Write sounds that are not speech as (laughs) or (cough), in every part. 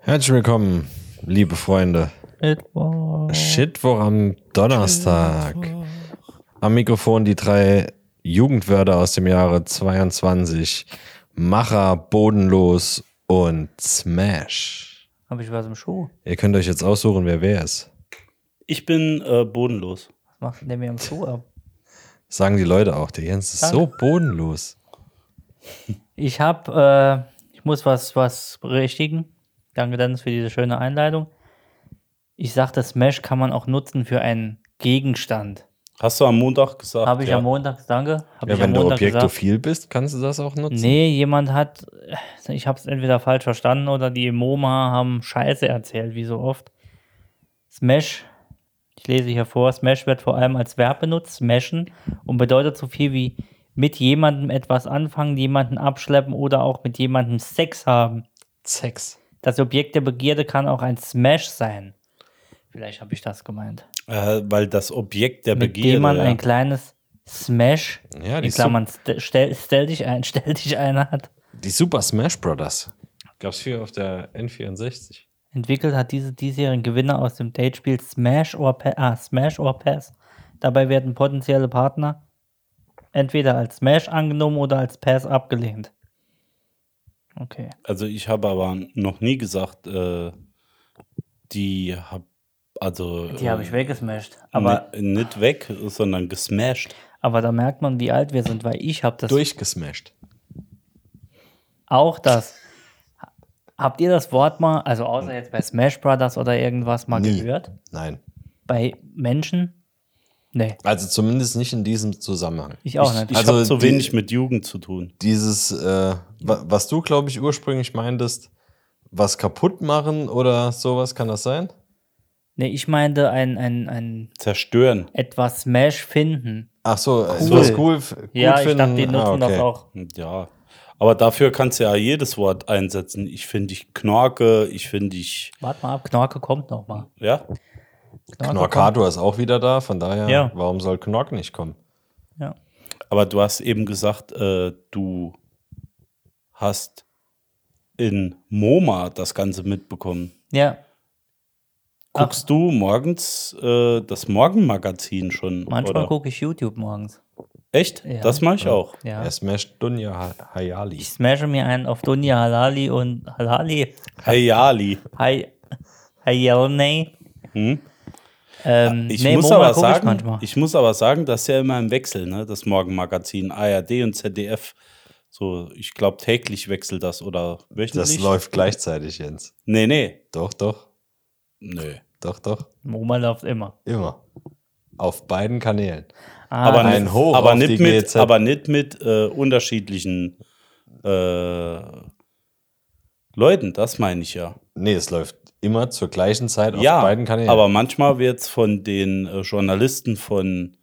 Herzlich willkommen, liebe Freunde. Shitwoch am Donnerstag. Am Mikrofon die drei Jugendwörter aus dem Jahre 22. Macher, bodenlos und Smash. Habe ich was im Schuh? Ihr könnt euch jetzt aussuchen, wer wer ist. Ich bin äh, bodenlos. Was macht denn der mir im Schuh ab? Das sagen die Leute auch. Der Jens ist so bodenlos. Ich habe, äh, ich muss was, was berichtigen. Danke, Dennis, für diese schöne Einleitung. Ich sagte, Smash kann man auch nutzen für einen Gegenstand. Hast du am Montag gesagt? Habe ich ja. am Montag, danke. Hab Ja, ich am wenn du Montag gesagt. objektophil bist, kannst du das auch nutzen. Nee, jemand hat, ich habe es entweder falsch verstanden oder die im MoMA haben Scheiße erzählt, wie so oft. Smash, ich lese hier vor, Smash wird vor allem als Verb benutzt, smashen, und bedeutet so viel wie mit jemandem etwas anfangen, jemanden abschleppen oder auch mit jemandem Sex haben. Sex. Das Objekt der Begierde kann auch ein Smash sein. Vielleicht habe ich das gemeint. Äh, weil das Objekt der mit Begierde. dem man ja. ein kleines Smash, Ja, die in Klammern, st stell, stell dich ein, (laughs) stell dich einer hat. Die Super Smash Brothers. Gab's viel auf der N64. Entwickelt hat diese diesjährigen Gewinner aus dem Datespiel Smash or, pa ah, Smash or Pass. Dabei werden potenzielle Partner entweder als Smash angenommen oder als Pass abgelehnt. Okay. also ich habe aber noch nie gesagt, äh, die hab, also Die habe ich weggesmashed. Aber, ni- nicht weg, sondern gesmashed. aber da merkt man, wie alt wir sind, weil ich habe das Durchgesmashed. auch das. Habt ihr das Wort mal, also außer jetzt bei Smash Brothers oder irgendwas mal Nie. gehört? Nein. Bei Menschen? Nee, Also zumindest nicht in diesem Zusammenhang. ich auch Ich nicht. Also habe zu die- wenig mit Jugend zu tun. Dieses, äh, wa- was du, glaube ich, ursprünglich meintest, was kaputt machen oder sowas, kann das sein? nee, ich meinte ein, ein, ein Zerstören. etwas Smash finden. Ach so, cool. Cool. was cool, f- gut Ja, ich finden. Ah, dachte, die nutzen das auch. Ja. Aber dafür kannst du ja jedes Wort einsetzen. Ich finde dich knorke, ich finde dich. Warte mal ab, Knorke kommt nochmal. Ja? Knorkator ist auch wieder da, von daher, Ja. warum soll Knork nicht kommen? Ja. Aber du hast eben gesagt, äh, du hast in MoMA das Ganze mitbekommen. ja, Guckst du morgens äh, das Morgenmagazin schon? manchmal oder? gucke ich YouTube morgens. Echt? Ja. Das mache ich auch. Ja. Er smasht Dunja Ha- Hayali. Ich smashe mir einen auf Dunja Halali und Halali. Hayali. Hi, hi Yelney. Hm? Ähm, Ich nee, muss Moma aber guck ich sagen, manchmal. ich, muss aber sagen, das ist ja immer im Wechsel, ne? Das Morgenmagazin ARD und ZDF. So, ich glaube täglich wechselt das oder Das wöchentlich. läuft gleichzeitig, Jens. Nee, nee. Doch, doch, Nö. doch, doch. Moma läuft immer. Immer. Auf beiden Kanälen. Ah, Aber, ein nicht, Hoch aber, auf nicht die mit, GZ. aber nicht mit äh, unterschiedlichen äh, Leuten, das meine ich ja. Nee, es läuft immer zur gleichen Zeit auf ja, beiden Kanälen. aber manchmal wird es von den äh, Journalisten von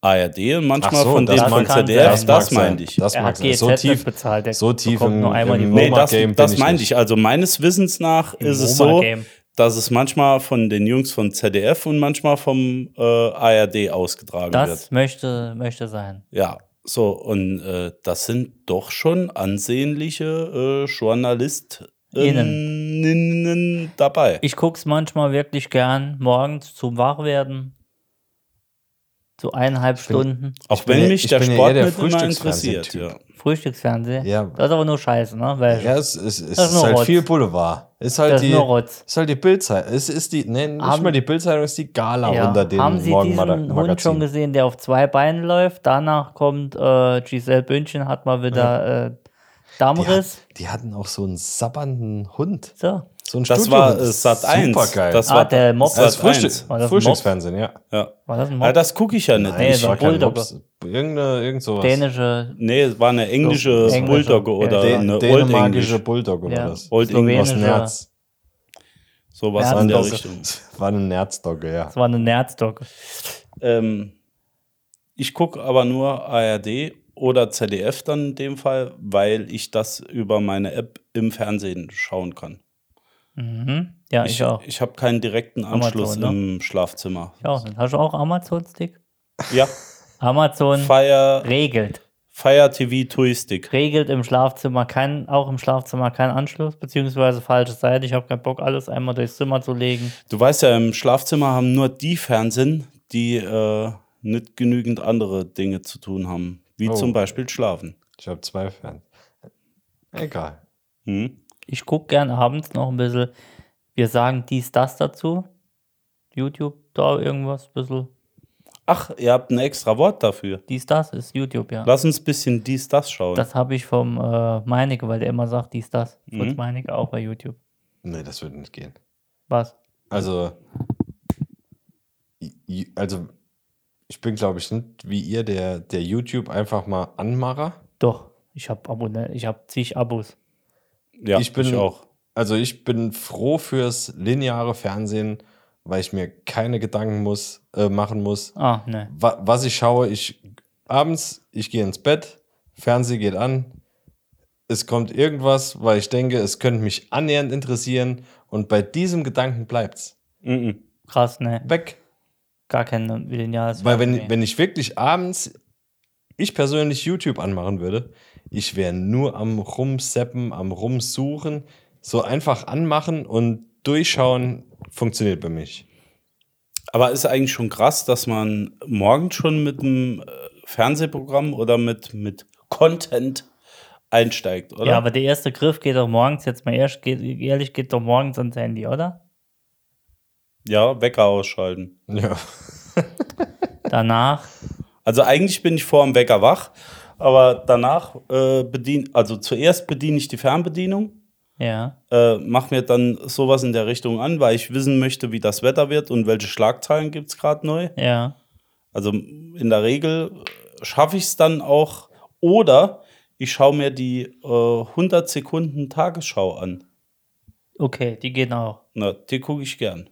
ARD und manchmal Ach so, von das denen von mag sein. ZDF, das, Das mag sein. meinte ich. Das er mag hat sein. GZ So tief, nicht bezahlt. Der so tief bekommt im, nur einmal die im Woche. nee, das, Game bin das ich meinte nicht. ich. Also meines Wissens nach Im ist es so, Roma-Game. dass es manchmal von den Jungs von ZDF und manchmal vom äh, ARD ausgetragen wird. Das möchte, möchte sein. Ja, so, und äh, das sind doch schon ansehnliche äh, Innen. JournalistInnen dabei. Ich gucke es manchmal wirklich gern morgens zum Wachwerden. So eineinhalb Stunden. Auch bin wenn ja- mich ich der bin ja Sport eher der nicht immer Frühstücksfernseh- interessiert. Typ. Ja. Frühstücksfernsehen. Ja. Das ist aber nur Scheiße, ne? Weil Ja, es, es, es Das ist, ist nur halt Rotz. viel Boulevard. Ist halt Das ist die, nur Rotz. Ist halt die Bildzeitung. Es ist die, nee, nicht Haben- mal die Bildzeitung, es ist die Gala Ja. unter den Haben Sie diesen Hund schon Morgenmagazinen. gesehen, der auf zwei Beinen läuft? Danach kommt äh, Giselle Bündchen, hat mal wieder äh, Die, hat- Darmriss. die hatten auch so einen sabbernden Hund. So. So einen Das war äh, Sat 1. Supergeil. Das Ah, war der Mob. das Sat. ist Frühstück, 1. War Oh, das ein Mob? Frühstücksfernsehen, ja. Ja. War das ein Ja, Mob? das gucke ich ja nicht. Nee, ich, so ein kein Bulldogge. Mops. Irgendeine, irgend sowas. Dänische, nee, es war eine englische englische. Bulldogge Ja, oder ja. Dä- eine Old Dänemarkische English. Bulldogge war Ja. das. Old English, Slowenische. Nerz. sowas Ja, in der das- Richtung. War eine Nerzdogge, ja. das war eine Nerzdog. Ähm, ich gucke aber nur ARD oder ZDF dann in dem Fall, weil ich das über meine App im Fernsehen schauen kann. Mhm. Ja, ich, auch. Ich habe keinen direkten Anschluss Amazon, ne? im Schlafzimmer. Ich auch. Hast du auch Amazon-Stick? Ja, Amazon Fire, regelt. Fire TV Toystick. regelt im Schlafzimmer kein, auch im Schlafzimmer keinen Anschluss, beziehungsweise falsche Seite. Ich habe keinen Bock, alles einmal durchs Zimmer zu legen. Du weißt ja, im Schlafzimmer haben nur die Fernsehen, die äh, nicht genügend andere Dinge zu tun haben. Wie Oh. zum Beispiel schlafen. Ich habe zwei Fans. Egal. Hm? Ich gucke gern abends noch ein bisschen. Wir sagen dies, das dazu. YouTube, da irgendwas, bisschen. Ach, ihr habt ein extra Wort dafür. Dies, das ist YouTube, ja. Lass uns ein bisschen dies, das schauen. Das habe ich vom äh, Meinecke, weil der immer sagt, dies, das. Fritz Mhm. Meinecke auch bei YouTube. Nee, das würde nicht gehen. Was? Also, i- i- also ich bin, glaube ich, nicht wie ihr, der, der YouTube einfach mal Anmacher. Doch, ich habe Abonnenten, ich habe zig Abos. ja, ich bin- auch. Also ich bin froh fürs lineare Fernsehen, weil ich mir keine Gedanken muss, äh, machen muss, Ah, ne. wa was ich schaue. Ich abends, ich gehe ins Bett, Fernsehen geht an, es kommt irgendwas, weil ich denke, es könnte mich annähernd interessieren und bei diesem Gedanken bleibt's Mhm. Krass, ne. weg. Gar kein lineares. Weil wenn, Fernsehen. wenn ich wirklich abends, ich persönlich YouTube anmachen würde, ich wäre nur am Rumseppen, am Rumsuchen. So einfach anmachen und durchschauen funktioniert bei mich. (laughs) Aber ist eigentlich schon krass, dass man morgens schon mit einem äh, Fernsehprogramm oder mit, mit Content einsteigt, oder? Ja, aber der erste Griff geht doch morgens, jetzt mal ehrlich, geht, ehrlich geht doch morgens ans Handy, oder? ja, Wecker ausschalten. Ja. Danach, Also eigentlich bin ich vor dem Wecker wach, aber danach äh, bediene, also zuerst bediene ich die Fernbedienung, ja. äh, mache mir dann sowas in der Richtung an, weil ich wissen möchte, wie das Wetter wird und welche Schlagzeilen gibt es gerade neu. Ja. Also in der Regel äh, schaffe ich es dann auch. Oder ich schaue mir die äh, 100 Sekunden Tagesschau an. Okay, die gehen auch. Na, die gucke ich gern.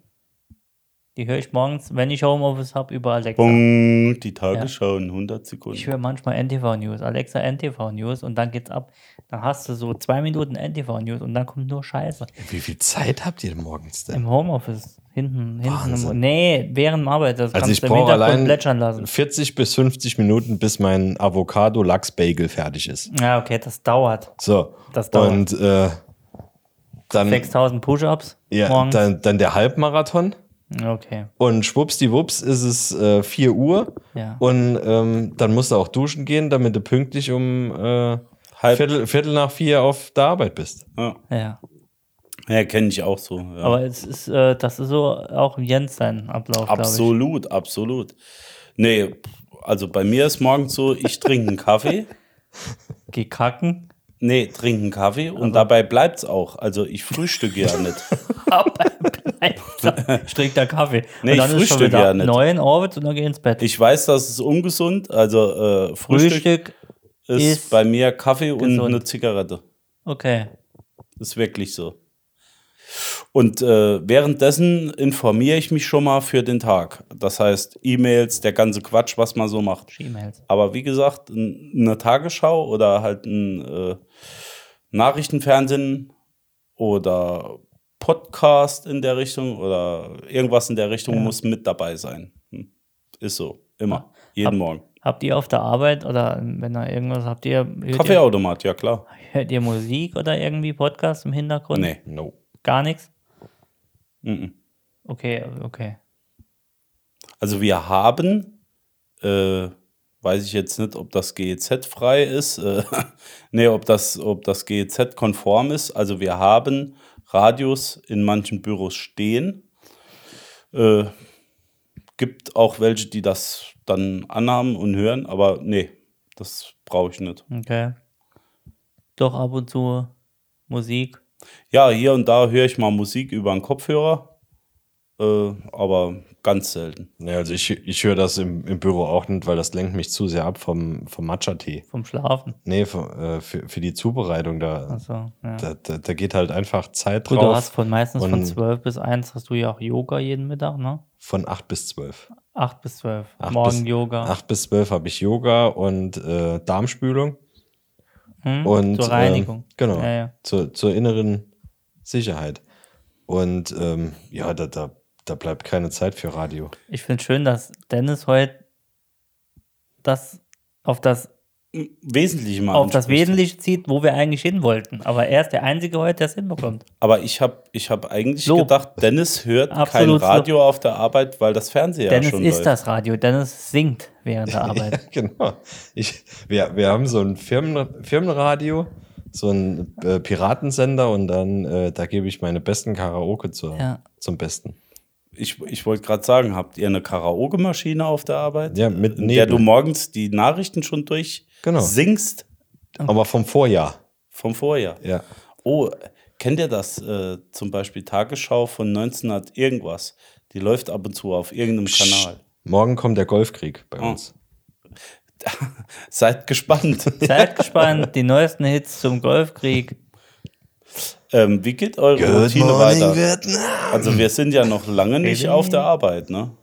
Die höre ich morgens, wenn ich Homeoffice habe, über Alexa. Bung, die Tagesschau in 100 Sekunden. Ich höre manchmal NTV News, Alexa NTV News und dann geht's ab. Dann hast du so zwei Minuten NTV News und dann kommt nur Scheiße. Wie viel Zeit habt ihr denn morgens denn? Im Homeoffice, hinten, hinten. Im, Wahnsinn. nee, während dem Arbeit, das Also ich kannst du im brauche Hintergrund allein plätschern lassen. 40 bis 50 Minuten, bis mein Avocado-Lachs-Bagel fertig ist. Ja, okay, das dauert. So. Das dauert. Und äh, Mhm. dann, 6000 Push-Ups ja, morgens. dann, dann der Halbmarathon. Okay. Und schwuppsdiwupps ist es äh, 4 Uhr. Ja. Und ähm, dann musst du auch duschen gehen, damit du pünktlich um äh, Halb- Viertel, Viertel nach vier auf der Arbeit bist. ja, Ja. ja kenne ich auch so. Ja. Aber es ist, äh, das ist so auch Jens sein Ablauf, glaube absolut, absolut. Nee, also bei mir ist morgens so, ich trinke (laughs) einen Kaffee. ich. Geh kacken. (laughs) Nee, trinke einen Kaffee und dabei bleibt es auch. Also ich frühstücke ja nicht. Aber bleibt Ich trinke da Kaffee. Nee, und dann ich ist schon frühstück wieder ja nicht. neun Orbit und dann geh ins Bett. Ich weiß, das ist ungesund. Also äh, Frühstück Frühstück, ist, ist bei mir Kaffee und gesund. eine Zigarette. okay. Ist wirklich so. Und äh, währenddessen informiere ich mich schon mal für den Tag. Das heißt, E-Mails, der ganze Quatsch, was man so macht. E-Mails. Aber wie gesagt, n- eine Tagesschau oder halt ein äh, Nachrichtenfernsehen oder Podcast in der Richtung oder irgendwas in der Richtung muss mit dabei sein. Hm. Ist so. Immer. Jeden Ab- Morgen. Habt ihr auf der Arbeit oder wenn da irgendwas habt ihr hört, ihr Kaffeeautomat, ja klar. hört ihr Musik oder irgendwie Podcast im Hintergrund? Nee. No. Gar nichts? Mhm. Okay, okay. Also wir haben, äh, weiß ich jetzt nicht, ob das GEZ-frei ist, äh, (laughs) nee, ob das, ob das GEZ-konform ist. Also wir haben Radios in manchen Büros stehen. Äh, gibt auch welche, die das dann anhaben und hören, aber nee, das brauche ich nicht. Okay. Doch ab und zu Musik. Ja, hier und da höre ich mal Musik über einen Kopfhörer, äh, aber ganz selten. Nee, also ich, ich höre das im, im Büro auch nicht, weil das lenkt mich zu sehr ab vom, vom Matcha-Tee. Vom Schlafen. Nee, vom, äh, für, für die Zubereitung, da, Also, ja. da, da, da geht halt einfach Zeit Gut, drauf. du hast von meistens von und- 12 bis 1 hast du ja auch Yoga jeden Mittag, ne? Von 8 bis 12. 8 bis 12. Acht Morgen bis- Yoga. 8 bis 12 habe ich Yoga und äh, Darmspülung. Hm? Und, Zur Reinigung. ähm, genau. Ja, ja. Zur, zur inneren Sicherheit. Und ähm, ja, da, da, da bleibt keine Zeit für Radio. Ich finde schön, dass Dennis heute das auf das Wesentliche mal auf das ansprichst. Wesentliche zieht, wo wir eigentlich hin wollten. Aber er ist der Einzige heute, der es hinbekommt. Aber ich habe ich hab eigentlich Lob. gedacht, Dennis hört Absolut kein Radio auf der Arbeit, weil das Fernseher ja Dennis schon ist läuft. das Radio. Dennis singt während der Ja, (laughs) Arbeit. (laughs) genau. Ich, wir, wir haben so ein Firmen, Firmenradio, so ein äh, Piratensender und dann äh, da gebe ich meine besten Karaoke zur, Ja. zum Besten. Ich, ich wollte gerade sagen, habt ihr eine Karaoke-Maschine auf der Arbeit? Ja, mit in der Nebel. du morgens die Nachrichten schon durch Genau. singst Aber vom Vorjahr. vom Vorjahr. Ja. Oh, kennt ihr das? Äh, zum Beispiel Tagesschau von 1900 irgendwas. Die läuft ab und zu auf irgendeinem Kanal. Morgen kommt der Golfkrieg bei Oh. Hm. uns. Seid gespannt. (laughs) Seid gespannt, die neuesten Hits zum Golfkrieg. ähm, wie geht eure Routine weiter? Vietnam. Also wir sind ja noch lange nicht auf der Arbeit, ne?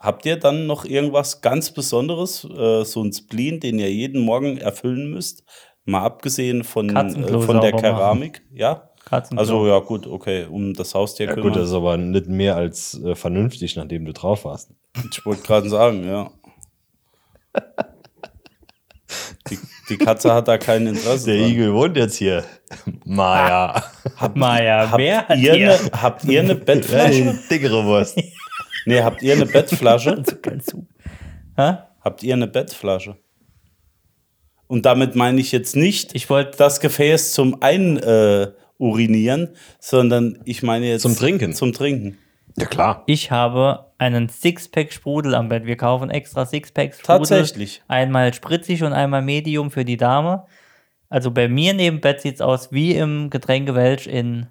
Habt ihr dann noch irgendwas ganz Besonderes, äh, so ein Spleen, den ihr jeden Morgen erfüllen müsst? Mal abgesehen von, Katzenklo äh, von der sauber machen. Keramik, ja? Katzenklo. Also ja gut, okay, um das Haustier Genau. Ja, kümmern. gut, also- das ist aber nicht mehr als äh, vernünftig, nachdem du drauf warst. Ich wollte gerade sagen, ja. Die, die Katze hat da kein Interesse. Der dran. Igel wohnt jetzt hier. (laughs) Maja. Habt Maja, Habt wer hat ihr, (laughs) hier eine, habt (laughs) ihr eine Ja, Bettflasche? die dickere Wurst. Nee, habt ihr eine Bettflasche? Also ganz zu. Hä? Habt ihr eine Bettflasche? Und damit meine ich jetzt nicht Ich wollte das Gefäß zum Einurinieren, äh, urinieren, sondern ich meine jetzt Zum Trinken. Zum Trinken. Ja, klar. Ich habe einen Sixpack-Sprudel am Bett. Wir kaufen extra Sixpack-Sprudel. Tatsächlich. Einmal spritzig und einmal Medium für die Dame. Also bei mir neben Bett sieht es aus wie im Getränkewelsch in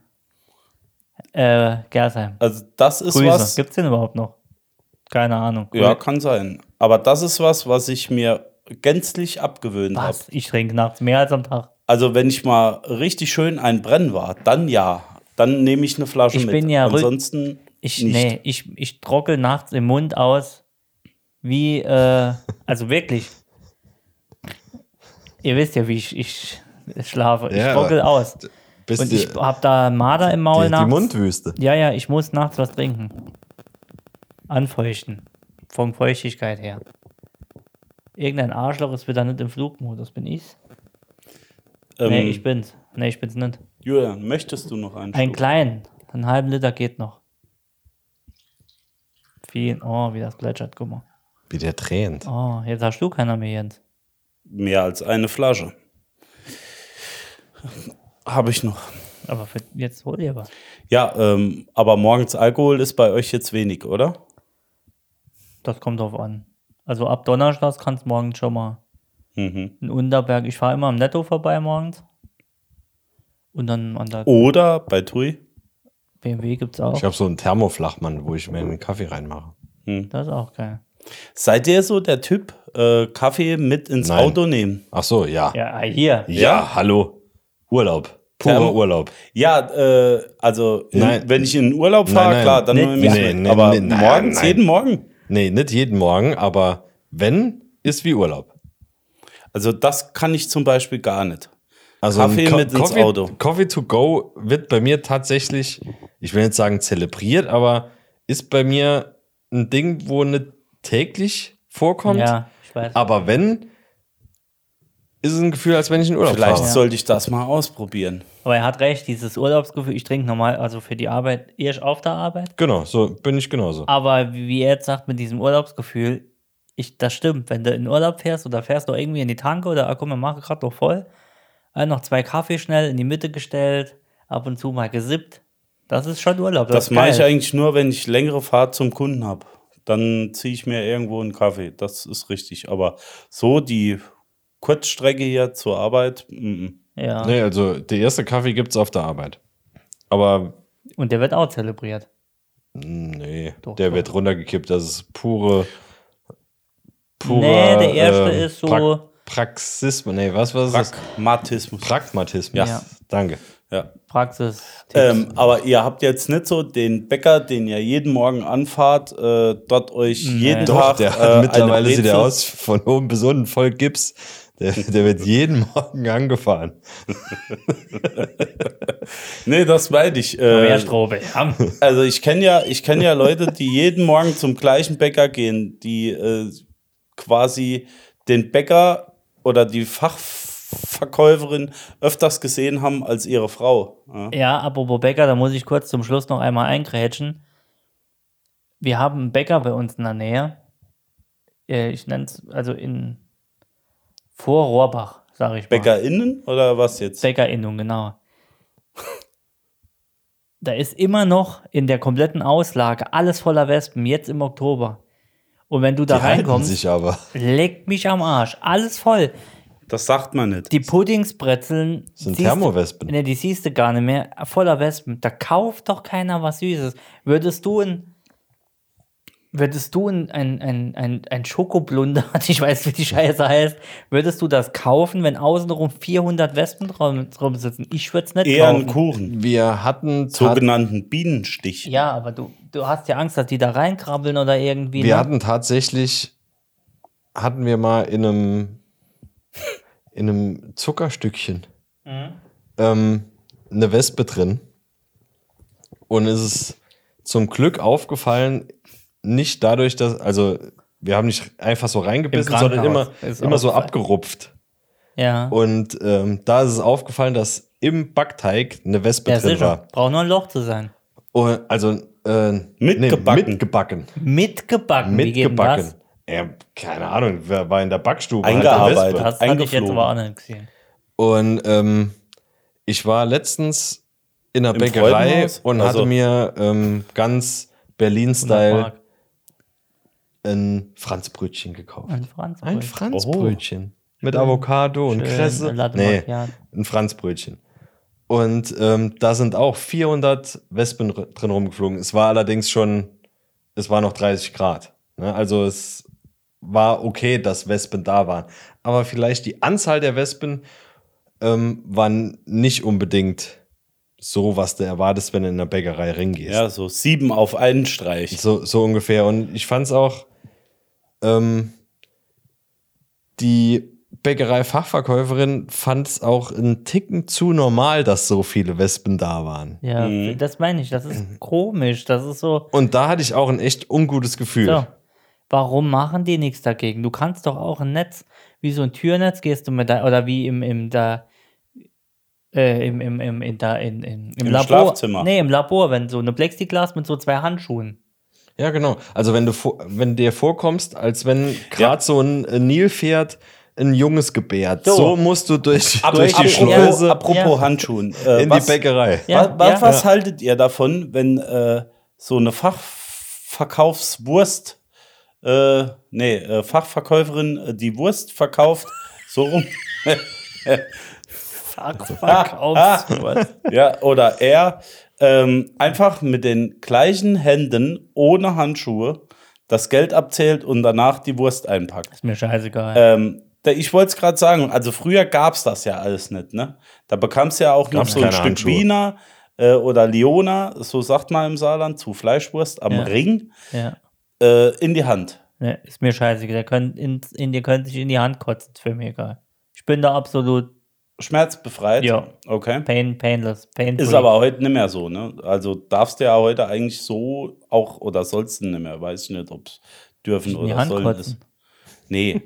äh, Gersheim. Also das ist Grüße. was. Gibt es den überhaupt noch? Keine Ahnung. Ja, kann sein. Aber das ist was, was ich mir gänzlich abgewöhnt habe. Was? Ich trinke nachts mehr als am Tag. Also wenn ich mal richtig schön ein Brenn war, dann ja. Dann nehme ich eine Flasche Ich mit. bin ja rück- Ansonsten Ich, nicht. nee, ich, ich trockel nachts im Mund aus wie, äh, also wirklich. Ihr wisst ja, wie ich, ich schlafe. Ich Ja, trockel aus. Bist Und du, ich hab da Marder im Maul die, die nachts. Mundwüste. Ja, ja, ich muss nachts was trinken. Anfeuchten. Von Feuchtigkeit her. Irgendein Arschloch ist wieder nicht im Flugmodus, bin ich's? Ähm, nee, ich bin's. Nee, ich bin's nicht. Julian, möchtest du noch einen? Einen Schluck? kleinen. Einen halben Liter geht noch. Viel. Oh, wie das plätschert, guck mal. Wie der tränt. Oh, jetzt hast du keiner mehr, Jens. Mehr als eine Flasche. Habe ich noch. Aber für, jetzt hol dir was. Ja, ähm, aber morgens Alkohol ist bei euch jetzt wenig, oder? Das kommt drauf an. Also ab Donnerstag kannst morgens schon mal Mhm. in Unterberg. Ich fahre immer am Netto vorbei morgens. Und dann an Oh. der Oder bei Tui? BMW gibt es auch. Ich habe so einen Thermoflachmann, wo ich mir einen Kaffee reinmache. Das ist auch geil. Seid ihr so der Typ, äh, Kaffee mit ins Nein. Auto nehmen? Ach so, ja. Ja, Ja, ah, hier. hallo. Urlaub. Purer Thermo- Urlaub. Ja, äh, also in, Nein. wenn ich in den Urlaub Nein, fahre, nein. klar, dann Nee, nehme ich nee, mit. nee, aber nee, nein, morgens, nein. jeden Morgen. Nee, nicht jeden Morgen, aber wenn, ist wie Urlaub. Also das kann ich zum Beispiel gar nicht. Also Kaffee ein mit ins Coffee, Auto. Coffee to go wird bei mir tatsächlich, ich will nicht sagen zelebriert, aber ist bei mir ein Ding, wo nicht täglich vorkommt. Ja, ich weiß. Aber wenn, ist es ein Gefühl, als wenn ich in Urlaub Vielleicht fahre. sollte ich das mal ausprobieren. Aber er hat recht, dieses Urlaubsgefühl. Ich trinke normal, also für die Arbeit, erst auf der Arbeit. Genau, so bin ich genauso. Aber wie wie er jetzt sagt, mit diesem Urlaubsgefühl, ich, das stimmt. Wenn du in Urlaub fährst oder fährst noch irgendwie in die Tanke oder, ah, komm, wir machen gerade noch voll. Äh, noch zwei Kaffee schnell in die Mitte gestellt, ab und zu mal gesippt. Das ist schon Urlaub. Das ist mache ich geil. eigentlich nur, wenn ich längere Fahrt zum Kunden habe. Dann ziehe ich mir irgendwo einen Kaffee. Das ist richtig. Aber so die Kurzstrecke hier zur Arbeit, mm, Ja. Nee, also der erste Kaffee gibt es auf der Arbeit. Aber Und der wird auch zelebriert. nee, Doch, der doch. wird runtergekippt. Das ist pure. pure Nee, der erste ist so- Praxismus. Nee, was war das? Pragmatismus. Pragmatismus. Ja. Danke. ja. Praxis. ähm, aber ihr habt jetzt nicht so den Bäcker, den ihr jeden Morgen anfahrt, äh, dort euch jeden Doch, Tag. der äh, eine mittlerweile sieht er Brezel- aus von oben bis unten voll Gips. Der, der wird jeden Morgen angefahren. Nee, das meine ich. Mehr Äh, Strohbe. also ich kenne (laughs) ja, ich kenne ja Leute, die jeden Morgen zum gleichen Bäcker gehen, die äh, quasi den Bäcker oder die Fachverkäuferin öfters gesehen haben als ihre Frau. Ah. Ja. Ja, apropos Bäcker, da muss ich kurz zum Schluss noch einmal eingrätschen. Wir haben einen Bäcker bei uns in der Nähe. Äh, Ich nenne es also in vor Rohrbach, sage ich mal. BäckerInnen oder was jetzt? Bäckerinnung, genau. da ist immer noch in der kompletten Auslage alles voller Wespen, jetzt im Oktober. Und wenn du da Die halten reinkommst, sich aber. leck mich am Arsch. Alles voll. das sagt man nicht. Die Puddingsbrezeln. Sind siehst du- Thermowespen. Ne, die siehst du gar nicht mehr. Voller Wespen. Da kauft doch keiner was Süßes. Würdest du ein. Würdest du ein, ein, ein, ein, ein Schokoblunder, (laughs) ich weiß, wie die Scheiße heißt, würdest du das kaufen, wenn außenrum 400 Wespen drum, drum sitzen? Ich würde es nicht Eher ein kaufen. Kuchen. Wir hatten, tat, Sogenannten Bienenstich. Ja, aber du, du hast ja Angst, dass die da reinkrabbeln oder irgendwie. wir ne? hatten tatsächlich, hatten wir mal in einem, in einem Zuckerstückchen Mhm. ähm, eine Wespe drin. Und es ist zum Glück aufgefallen, nicht dadurch, dass, also wir haben nicht einfach so reingebissen, Im sondern immer, Krankenhaus ist immer so aufgefallen. abgerupft. ja. Und ähm, da ist es aufgefallen, dass im Backteig eine Wespe ja, drin sicher. war. Braucht nur ein Loch zu sein. Und, also äh, Mitgebacken. Nee, mitgebacken. Mitgebacken. Wie geht denn Mitgebacken. das? Ja, keine Ahnung, wer war in der Backstube? Hat Eingearbeitet. eine Wespe. Das hatte ich jetzt Eingeflogen. aber auch nicht gesehen. Und ähm, ich war letztens in der Im Bäckerei Freudenhaus? und Also- hatte mir ähm, ganz Berlin-Style Mark. ein Franzbrötchen gekauft. Ein Franz. Ein Franz. Franzbrötchen. Mit Avocado und schön, Kresse. Latte Nee, Macchiato. ein Franzbrötchen. Und ähm, da sind auch 400 Wespen r- drin rumgeflogen. Es war allerdings schon, es war noch 30 Grad. Ne? Also es war okay, dass Wespen da waren. Aber vielleicht die Anzahl der Wespen ähm, war n- nicht unbedingt so, was du erwartest, wenn du in der Bäckerei reingehst. Ja, so sieben auf einen Streich. So, so ungefähr. Und ich fand es auch, ähm, die Bäckerei-Fachverkäuferin fand es auch einen Ticken zu normal, dass so viele Wespen da waren. Ja, das meine ich. Das (clears throat) ist komisch. Das ist so, Und da hatte ich auch ein echt ungutes Gefühl. so. Warum machen die nichts dagegen? Du kannst doch auch ein Netz, wie so ein Türnetz gehst du mit da, oder wie im, im da, äh, im, im, im, in, da, in, in, im, Im Labor. Schlafzimmer. Nee, im Labor, wenn so eine Plexiglas mit so zwei Handschuhen. Ja, genau. Also wenn du vor- wenn dir vorkommst, als wenn gerade so ein äh, Nilpferd ein Junges gebärt. So, So. musst du durch, Ab- durch die apropos- Schleuse Apropos Ja. Handschuhen. Äh, in was- die Bäckerei. Ja, wa- wa- ja. was haltet ihr davon, wenn äh, so eine Fachverkaufswurst, äh, nee, äh, Fachverkäuferin äh, die Wurst verkauft, so (laughs) um rum? Fuck, fuck, ah. auf. sowas. ja, oder er ähm, einfach mit den gleichen Händen ohne Handschuhe das Geld abzählt und danach die Wurst einpackt. Ist mir scheißegal. Ähm, da, ich wollte es gerade sagen, also früher gab es das ja alles nicht, ne? Da bekamst du ja auch Gab's noch so ein keine Stück Handschuhe. Wiener äh, oder Leona, so sagt man im Saarland, zu Fleischwurst am Ja. Ring ja. äh, in die Hand. Ne, ist mir scheißegal. Der könnt in, in, ihr könnt sich in die Hand kotzen, ist für mich egal. Ich bin da absolut Schmerzbefreit. Ja. Okay. pain, painless. Pain Ist aber heute nicht mehr so, ne? Also darfst du ja heute eigentlich so auch oder sollst du nicht mehr, weiß ich nicht, ob es dürfen in die oder Hand sollen kotzen. ist. Nee,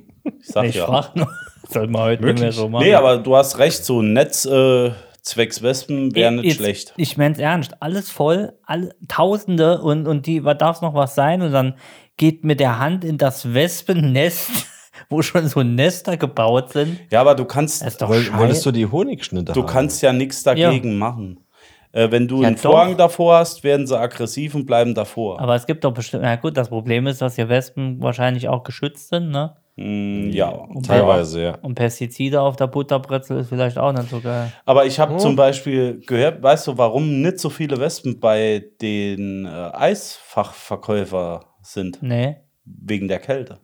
(laughs) ich sag Ich ja. frage nur. Sollte man ne? heute nicht mehr so machen. Nee, aber du hast recht, so ein Netz äh, zwecks Wespen wäre nicht Jetzt- schlecht. Ich meine es ernst. Alles voll, alle, Tausende und, und die, was darf es noch was sein? Und dann geht mit der Hand in das Wespennest, (laughs) wo schon so Nester gebaut sind. Ja, aber du kannst. Das ist doch Woll- scheiße. Wolltest du die Honigschnitte Du haben? kannst ja nichts dagegen machen. Äh, wenn du Ja, einen doch. Vorhang davor hast, werden sie aggressiv und bleiben davor. aber es gibt doch bestimmt, na gut, das Problem ist, dass hier Wespen wahrscheinlich auch geschützt sind, ne? Mm, ja. Teilweise, ja. Und Pestizide auf der Butterbrezel ist vielleicht auch nicht so geil. Aber ich habe zum Beispiel gehört, weißt du, warum nicht so viele Wespen bei den äh, Eisfachverkäufer sind? Nee. Wegen der Kälte.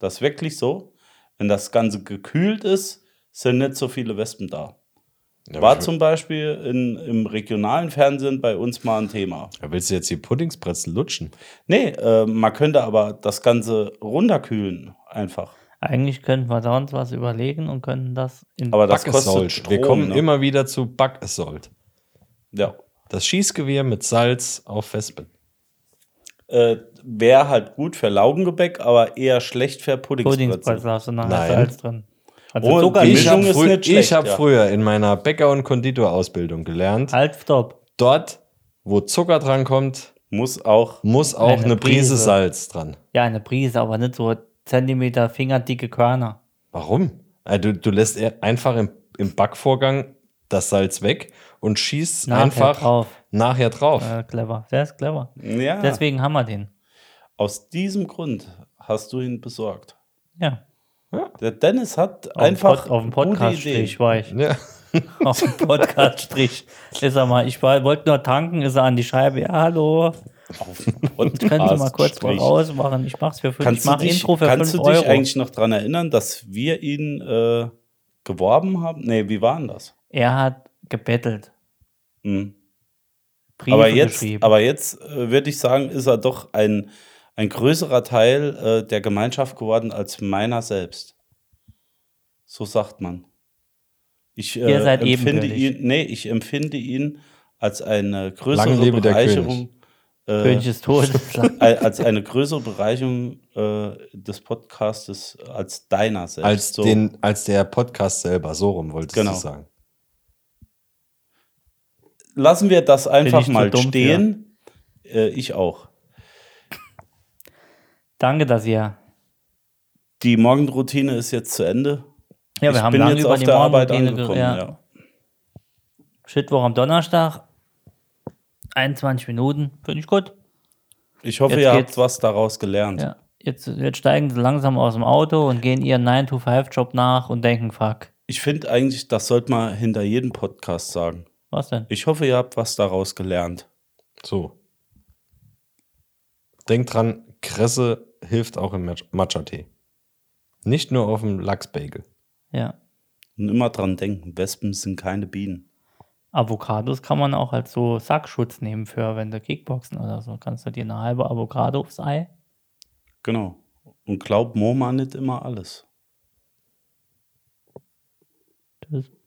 Das ist wirklich so. Wenn das Ganze gekühlt ist, sind nicht so viele Wespen da. ja. War aber- zum Beispiel in, im regionalen Fernsehen bei uns mal ein Thema. Ja, Willst du jetzt die Puddingsbrezel lutschen? Nee, äh, man könnte aber das Ganze runterkühlen einfach. Eigentlich könnten wir sonst was überlegen und könnten das in Aber das kostet Backessold. Strom. Wir kommen ne? immer wieder zu Backessold. Ja. Das Schießgewehr mit Salz auf Wespen. Äh, Wäre halt gut für Laugengebäck, aber eher schlecht für Puddingsbrezel. Puddingsbrezel hast du nachher Nein. Salz drin. Also Oh, sogar die Ich Mischung habe nicht ist frü nicht schlecht, ich hab ja. früher in meiner Bäcker- und Konditorausbildung gelernt, Halt, stopp. dort, wo Zucker dran kommt, Muss auch. muss auch eine, Eine Prise Prise. Salz dran. Ja, eine Prise, aber nicht so Zentimeter fingerdicke Körner. Warum? Äh, Du, du lässt eher einfach im, im Backvorgang das Salz weg und schießt Nachher einfach drauf. nachher drauf. Äh, clever. Sehr ist clever. Ja, Deswegen haben wir den. aus diesem Grund hast du ihn besorgt. Ja. Der Dennis hat Auf dem einfach Pod- auf dem gute Podcast-Strich Ideen. war ich. (laughs) Ja. Auf dem Podcast-Strich. Ist er mal, ich war- wollte nur tanken, ist er an die Scheibe. Ja, hallo. Auf dem Können Sie mal kurz mal Podcast-Strich. rausmachen? Ich mach's für fünf. Kannst Ich mach du dich, Intro für kannst du fünf dich Euro. eigentlich noch daran erinnern, dass wir ihn äh, geworben haben? Nee, wie war denn das? Er hat gebettelt. Hm. Briefe Aber jetzt, geschrieben. aber jetzt äh, würde ich sagen, ist er doch ein, ein größerer Teil äh, der Gemeinschaft geworden als meiner selbst. So sagt man. Ich äh, Ihr seid empfinde ebenbürtig. ihn, nee, ich empfinde ihn als eine größere Lang lebe der Bereicherung. äh, König ist tot. (laughs) al- als eine größere Bereicherung äh, des Podcastes als deiner selbst. Als, So. den, als der Podcast selber, so rum wolltest Genau. du sagen. Lassen wir das ich einfach zu mal dumm für. stehen. Äh, ich auch. Danke, dass ihr. Die Morgenroutine ist jetzt zu Ende. Ja, ich wir haben bin lange jetzt über auf die der Arbeit Morgenroutine angekommen. ge- Ja. ja. Shitwoch am Donnerstag. 21 Minuten. Finde ich gut. Ich hoffe, Jetzt ihr habt geht's. was daraus gelernt. Ja. Jetzt, jetzt steigen sie langsam aus dem Auto und gehen ihren 9-to-5-Job nach und denken, fuck. Ich finde eigentlich, das sollte man hinter jedem Podcast sagen. Was denn? Ich hoffe, ihr habt was daraus gelernt. So. Denkt dran, Kresse hilft auch im Match- Matcha-Tee. Nicht nur auf dem Lachsbagel. Ja. Und immer dran denken, Wespen sind keine Bienen. Avocados kann man auch als so Sackschutz nehmen für, wenn du Kickboxen oder so. Kannst du dir eine halbe Avocado aufs Ei? Genau. Und glaubt Moma nicht immer alles. Tschüss.